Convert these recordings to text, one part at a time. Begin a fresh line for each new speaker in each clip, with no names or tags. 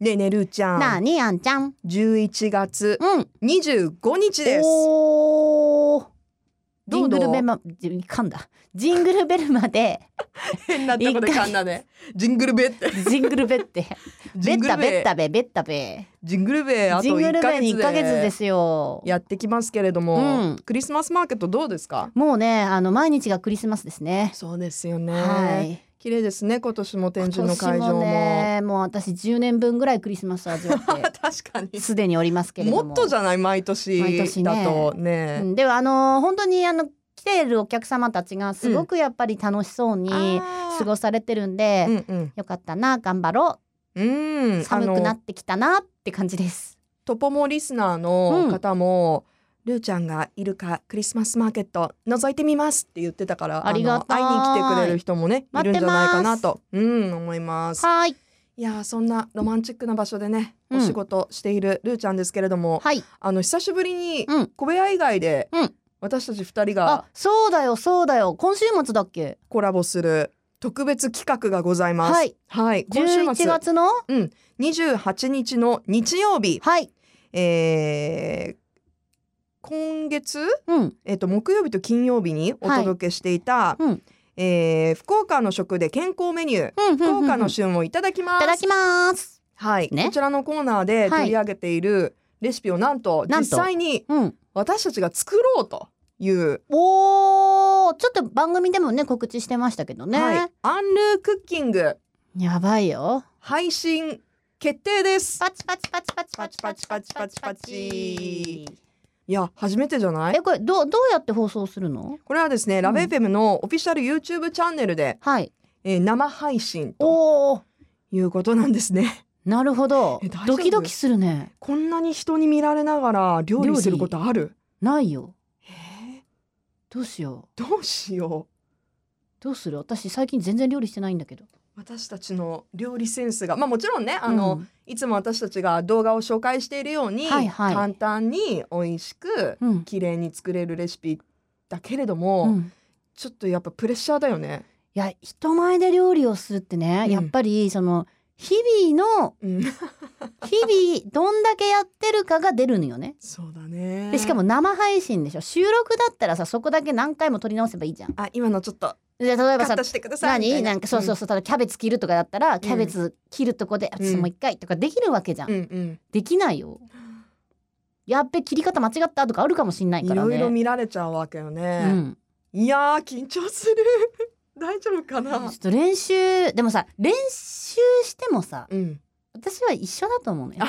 ねえねるーちゃ
なあ
ん、
にあんちゃん。
11月
うん。
25日です。
おお。ジ
ど
ン
う
グ
どう
ルベルマ、じ噛んだ。ジングルベル まで、
変なとこで噛んだね。ジングルベって。
ジングルベって。
ジ
ベ
ン
ッ
グ
タ
ル
ベッ
ベ。
タベベッタベ。
ジングルベあと
ジング
1
ル
ヶ
ベに
月
一ヶ月で
です
よ。
やってきますけれども、
うん
クリスマスマーケットどうですか
もうね、あの毎日がクリスマスですね。
そうですよね。
はい。
綺麗ですね今年も展示の
今
会
年
場
も
も。
ね、もう私10年分ぐらいクリスマス味わっ
確かに
て、すでにおりますけれども。
もっとじゃない毎年
毎年ね
だとね
うんではあのー本当にあの来ているお客様たちがすごくやっぱり楽しそうに
あー
過ごされてるんで、
うんうん
よかったな頑張ろ
う
うん寒くな
あの
ってきたなって感じです。
トポモリスナーの方も、ルーちゃんがいるかクリスマスマーケット覗いてみますって言ってたから
ありがたい
あの会いに来てくれる人もねい
待
る
っ
ん
て
じゃ
ま
ない
す
かなとうん思います
はーい
いやーそんなロマンチックな場所でね、
うん
お仕事しているルーちゃんですけれども
はい。
あの久しぶりに
うん
小部屋以外で、
うん
私たち二人が
あそうだよそうだよ今週末だっけ？
コラボする特別企画がございます。
はい。
はい、今週
11
末
月の
28日の日曜日、
はい。
えー今月、
うん
えっと木曜日と金曜日にお届けしていた、
うん
えー福岡の食で健康メニュー、
うんうん
福
うんうん
岡の
い
旬をいただきます。
ただきます。
はい、
ね
こちらのコーナーで取り上げているレシピをなんと
なん
実
と
際に
うん。
私たちが作ろうという、
おおちょっと番組でもね告知してましたけどね。
はい、アンルークッキング
やばいよ。
配信決定です。
パチパチパチパチパチパチパチパチパチ。
いや初めてじゃない
えこれどうどうやって放送するの？
これはですね、ラベフェムのオフィシャル YouTube チャンネルで、
はい。
えー生配信と
おお。
いうことなんですね。
なるほど
え大丈。夫
ドキドキするね。
こんなに人に見られながら料理
料理
することある
ないよ。
え
どうしよう。
ーどうしよ
どうする？私最近全然料理してないんだけど。
う私たちの料理センスがまあもちろんねあの、
うん
いつも私たちが動画を紹介しているように、
はいはい
簡単に美味しく
うん。
綺麗に作れるレシピだけれども、
うん
ちょっとやっぱプレッシャーだよね。
いや人前で料理をするってね、
うん
やっぱりその日々の
うん、
日々どんだけやってるかが出るのよね。
そうだね。
でしかも生配信でしょ収録だったらさそこだけ何回も撮り直せばいいじゃん。
あ今のちょっと
で例え
カ
ばさ
ットしてくださいみた
何
い
なんかそうそうそう、ただキャベツ切るとかだったらキャベツ切るとこで、あちょっともう一回とかできるわけじゃん、
うんうん
できないよやっべ切り方間違ったとかあるかもしんない
い
から
ろ
ね
いろ見られちゃうわけよ
う
ね。
ん、
いやー緊張する。 大丈夫か
ちょ
な
っ。と練習でもさ練習してもさ
うん、
私は一緒だと思うのよ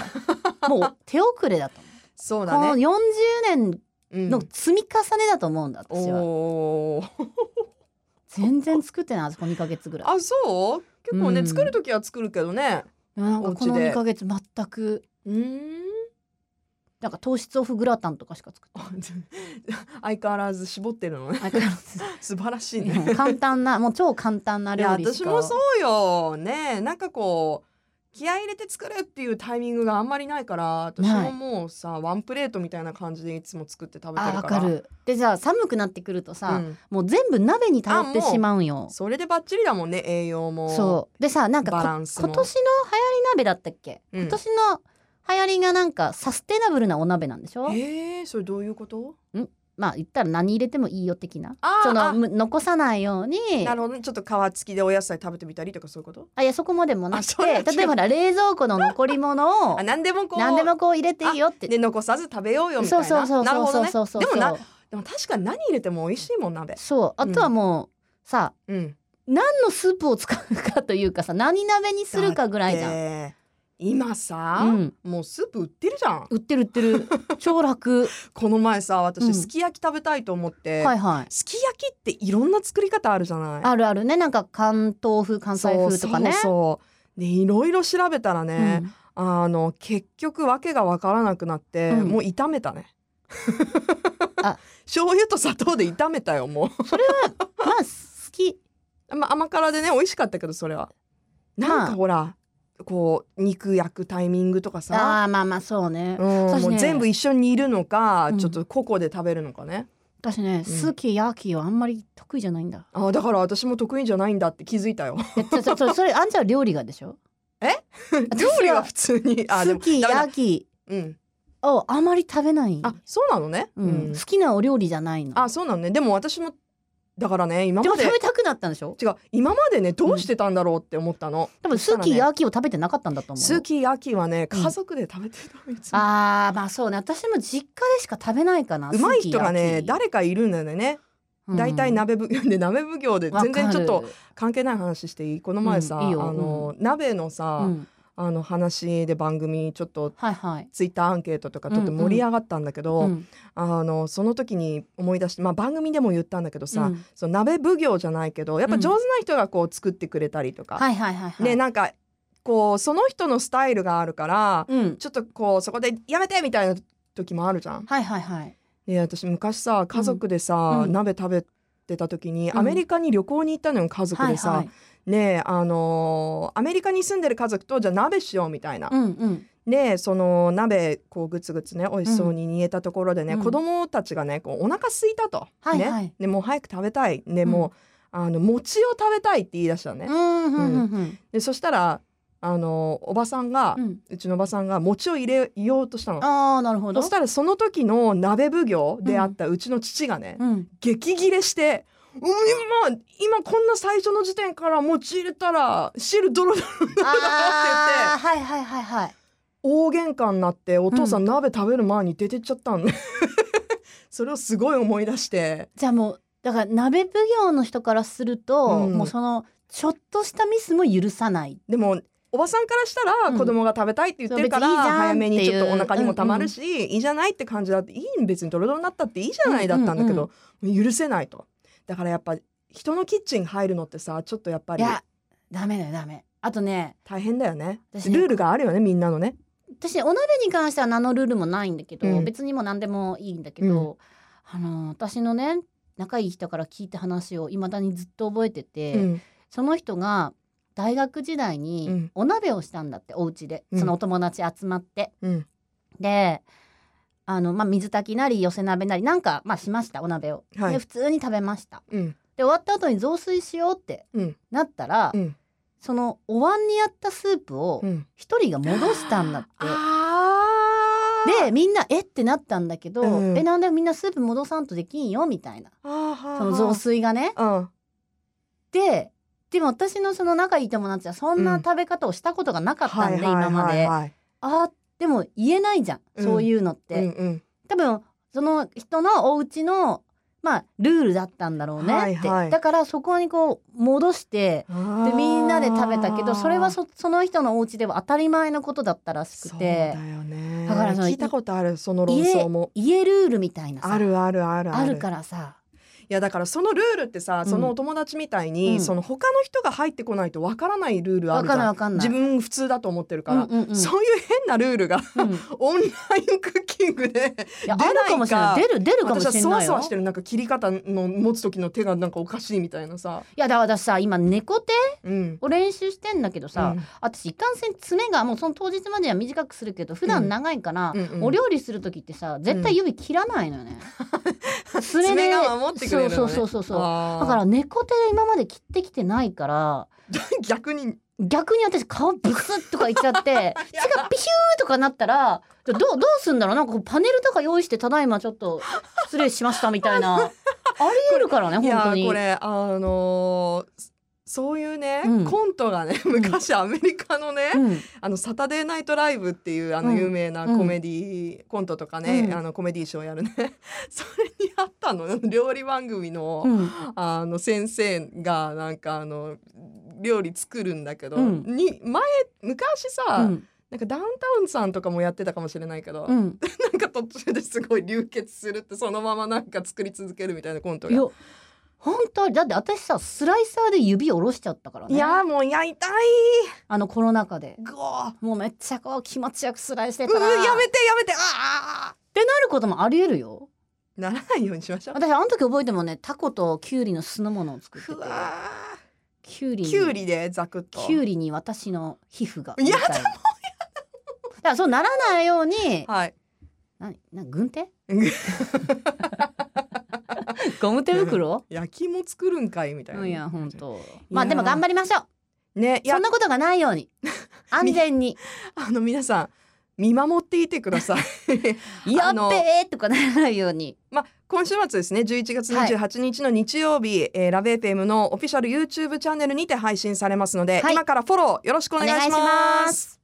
もう手遅れだと
そうだ
思うこ
ね。
の40年
うん
の積み重ねだと思うんだ私は
おお。
全然作ってないあそこ2ヶ月ぐらい
あそう。結構ね、
うん
作る時は作るけどね。
でもなんかこの
お家で
2ヶ月全く
うーん。
なんか糖質オフグラタンとかしか作って
あで 相変わらず絞ってるのね。
ない相変わらず
素晴らしい
もう
ね。
簡単なもう超簡単ない
や
料理し
私
か
もそうよねなんかこう気合い入れて作るっていうタイミングがあんまりないから私
な
も
い
もうさワンプレートみたいな感じでいつも作って食べて
あ
る
わ
から
かるでじゃあ寒くなってくるとさ、
うん
もう全部鍋に頼って
あもう
しまうんよ
それでバッチリだもんね栄養も
そうでさなんかこ
バラ
今
ン
年
ス
の
も
流行り鍋だったっけ、
うん
今年の流行りがなんかサステナブルなお鍋なんでしょ
えー、それどういうこと
まあ言ったら何入れてもいいよ的な
あー
その
あ
む残さないように
なるほどねちょっと皮付きでお野菜食べてみたりとかそういうこと
あいやそこまでもな
あ
く
それは違
て
う
例えばほら冷蔵庫の残り物を
あ何でもこう
何でもこう入れていいよって、
で残さず食べようよみたい
そう
な
そうそ
な
う
る
そう
ほど
そう
ね
そうそう
でもなでも確かに何入れても美味しいもん鍋
そうあとはもう、さ
うん
何のスープを使うかというかさ何鍋にするかぐらいじゃん。
で今さ、
うん、
もうスープ売ってるじゃん
売ってる売っ てる超楽
この前さ私、
うん
すき焼き食べたいと思って、
はいはい
すき焼きっていろんな作り方あるじゃない
あるあるねなんか関東風関西風とかね
そうそうそうでいろいろ調べたらね、
うん
あの結局わけが分からなくなって、
うん
もう炒めたね
あ
醤油と砂糖で炒めたよも
まあ好き
う、まあ、甘辛でね美味しかったけどそれはなん
まあ
かほら、こう肉焼くタイミングとかさ
あーまあまあそうね、
うん
私ね
もう全部一緒に煮るのか、
うん
ちょっと個々で食べるのかね
私ね好き焼きはあんまり 得意じゃないんだ
あだから私も得意じゃないんだって気づいたよ
えちょちょちょそれあんちゃんは料理がでしょ
料理は普通に あで
好
も
き
ダメだ
焼き
うん
をあまり食べない
あそうなのね
うん
うん
好きなお料理じゃないの
あそうなのねでも私もだからね今
で
ま
も
で
食べたくなったんでしょ
違う今までねどうしてたんだろうって思ったの、
多分
そした
好
ら
き
ね
焼きを食べてなかったんだと思うよ
好き焼きはね
うん
家族で食べてたいつも
あーまあそうね私も実家でしか食べないかな
うまい人がね
だ
誰かいるんだよね大体、鍋奉行 で鍋奉行で全然ちょっと関係ない話していいこの前さ、
うんいいよ
あの、鍋のさ、
うん
あの話で番組ちょっと
はいはい、
ツイッターアンケートとかとって盛り上がったんだけど、
うん
あのその時に思い出して、まあ、番組でも言ったんだけどさ、
うん
その鍋奉行じゃないけどやっぱ上手な人がこう作ってくれたりとか、
はいはいはいはい
ねなんかこうその人のスタイルがあるから、
うん
ちょっとこうそこでやめてみたいな時もあるじゃん。
はいはいはい
で私昔さ家族でさ、
うんうん
鍋食べてた時に、
うん
アメリカに旅行に行ったのよ家族
はい
でさ、
はい
ねえあのーアメリカに住んでる家族とじゃあ鍋しようみたいな、
うんうん
でその鍋こうグツグツね美味しそうに煮えたところでね、
うん
子供たちがねこうお腹空いたと、
はい
ね、
はい
でもう早く食べたいね、
うん
もうあの餅を食べたいって言い出したのね、
うんうんうんうん
でそしたらあのおばさんが、う
うん
ちのおばさんが餅を入れようとしたの
ああなるほど
そしたらその時の鍋奉行であったうちの父がね、
うん
激切れして「うん今今こんな最初の時点から餅入れたら汁ドロドロ
あーはいはいはいはい
大喧嘩になってお父さん鍋食べる前に出てっちゃったんで、 それをすごい思い出して
じゃあもうだから鍋奉行の人からすると、
うん
もうそのちょっとしたミスも許さない
でもおばさんからしたら
うん
子供が食べたいって言ってるから、
そう別にいいじゃん
早めにちょっと
って
お
いう
腹にもたまるし、いいじゃないって感じだっていい別にドロドロになったっていいじゃないだったんだけど、許せないとだからやっぱ人のキッチン入るのってさちょっとやっぱ
い
り
やダメだよダメあとね
大変だよね
私ね
ルールがあるよねみんなのね
私ねお鍋に関しては何のルールもないんだけど、
うん
別にもう何でもいいんだけど、あの私のね仲いい人から聞いた話をいまだにずっと覚えてて、
うん
その人が大学時代
う
に
ん
お鍋をしたんだってお家で、
うん
そのお友達集まって。
うん
であの、まあ、水炊きなり寄せ鍋なりなんか、まあ、しましたお鍋を。
はい
で普通に食べました。
うん
で終わった後に雑炊しようって
うん
なったら、
うん
そのお椀にあったスープを
うん
一人が戻したんだって。
あー
でみんなえってなったんだけど、
うん
えなんでみんなスープ戻さんとできんよみたいな
あー
その雑炊がね。
うん
ででも私のその仲いい友達はそん
う
なん食べ方をしたことがなかった
は
ん
い
で、
はい
今まで。
はいはい
あーでも言えないじゃん、
うん
そういうのって。
うんうん
多分その人のお家のまあルールだったんだろうねって、
はいはい
だからそこにこう戻してでみんなで食べたけどそれはそその人のお家では当たり前のことだったらし
そ
く
う
て
だよね
だからその
聞いたことあるその論
家
争も
家ルールみたいなさ
あるあるある
あるからさ
いやだからそのルールってさ
ん
そのお友達みたいに、
うん
その他の人が入ってこないとわからないルールあ
わ
るじ
かんない
ゃ
わ
ん
かんな
自
い
分普通だと思ってるから、
うんうんうん
そういう変なルールが
うんい
オンラインクッキングで出
やあ
ない
る
か
かもしれない出る出るかも
私は
しれ
そ
な
わ
い
そ
よ
わしてるなんか切り方の持つ時の手がなんかおかしいみたいなさ、
いやだから私さ今猫手
うん、
を練習してんだけどさ、
うん
私いかんせん爪がもうその当日までは短くするけど普段長いから、
うんうん
お料理する時ってさ絶対指切らないのよね。それで
爪が守ってくれるのね
そうそうそうそうそう
あー
だから猫手で今まで切ってきてないから
逆に
逆に私顔ブスッとかいっちゃ って血がピヒューとかなったらじゃあどうどうすんだろうなんかこうパネルとか用意してただいまちょっと失礼しましたみたい なありえるからね
い
本
や
当に。
これあのーそそういうね、
うん
コントがね
ん
昔アメリカのね、
うん
あのサタデーナイトライブっていうあの
うん
有名なコメディ、コントとかね、
うん
あのコメディショーやるね それにあったの料理番組の,、
うん
あの先生がなんかあの料理作るんだけど、
うん
に前昔さ、
うん
なんかダウンタウンさんとかもやってたかもしれないけど、
うん
なんか途中ですごい流血するってそのままなんか作り続けるみたいなコント
い
が
や本当にだって私さスライサーで指下ろしちゃったからね
いやーもうやりたい
あのコロナ禍で
ぐおー
もうめっちゃこう気持ちよくスライスして
う
たら
うや
っ
めてやめてあ
てなることもありえるよ
ーならないようにしましょう。
私あの時覚えてもねタコとキュウリの酢の物を作って
ふ
て
わ
キュウリ
ー
に
きゅうりでザクッと。
キュウリに私の皮膚が
やだ
みたいなだからそうならないように
はい。
何な 軍手
軍
ゴム手袋
焼きも作るんかいみたいな。
うんいや本当
ー
まあでも頑張りましょう
ねい
そ
や
んなことがないように安全に
あの皆さん見守っていてくだ さい。
や
あ
っ
の
べえとかならないように
まあ、今週末ですね11月28日の日曜日、えーラベーペムのオフィシャル YouTube チャンネルにて配信されますので、
はい
今からフォローよろしくお願いし
お願いし
ま
ますす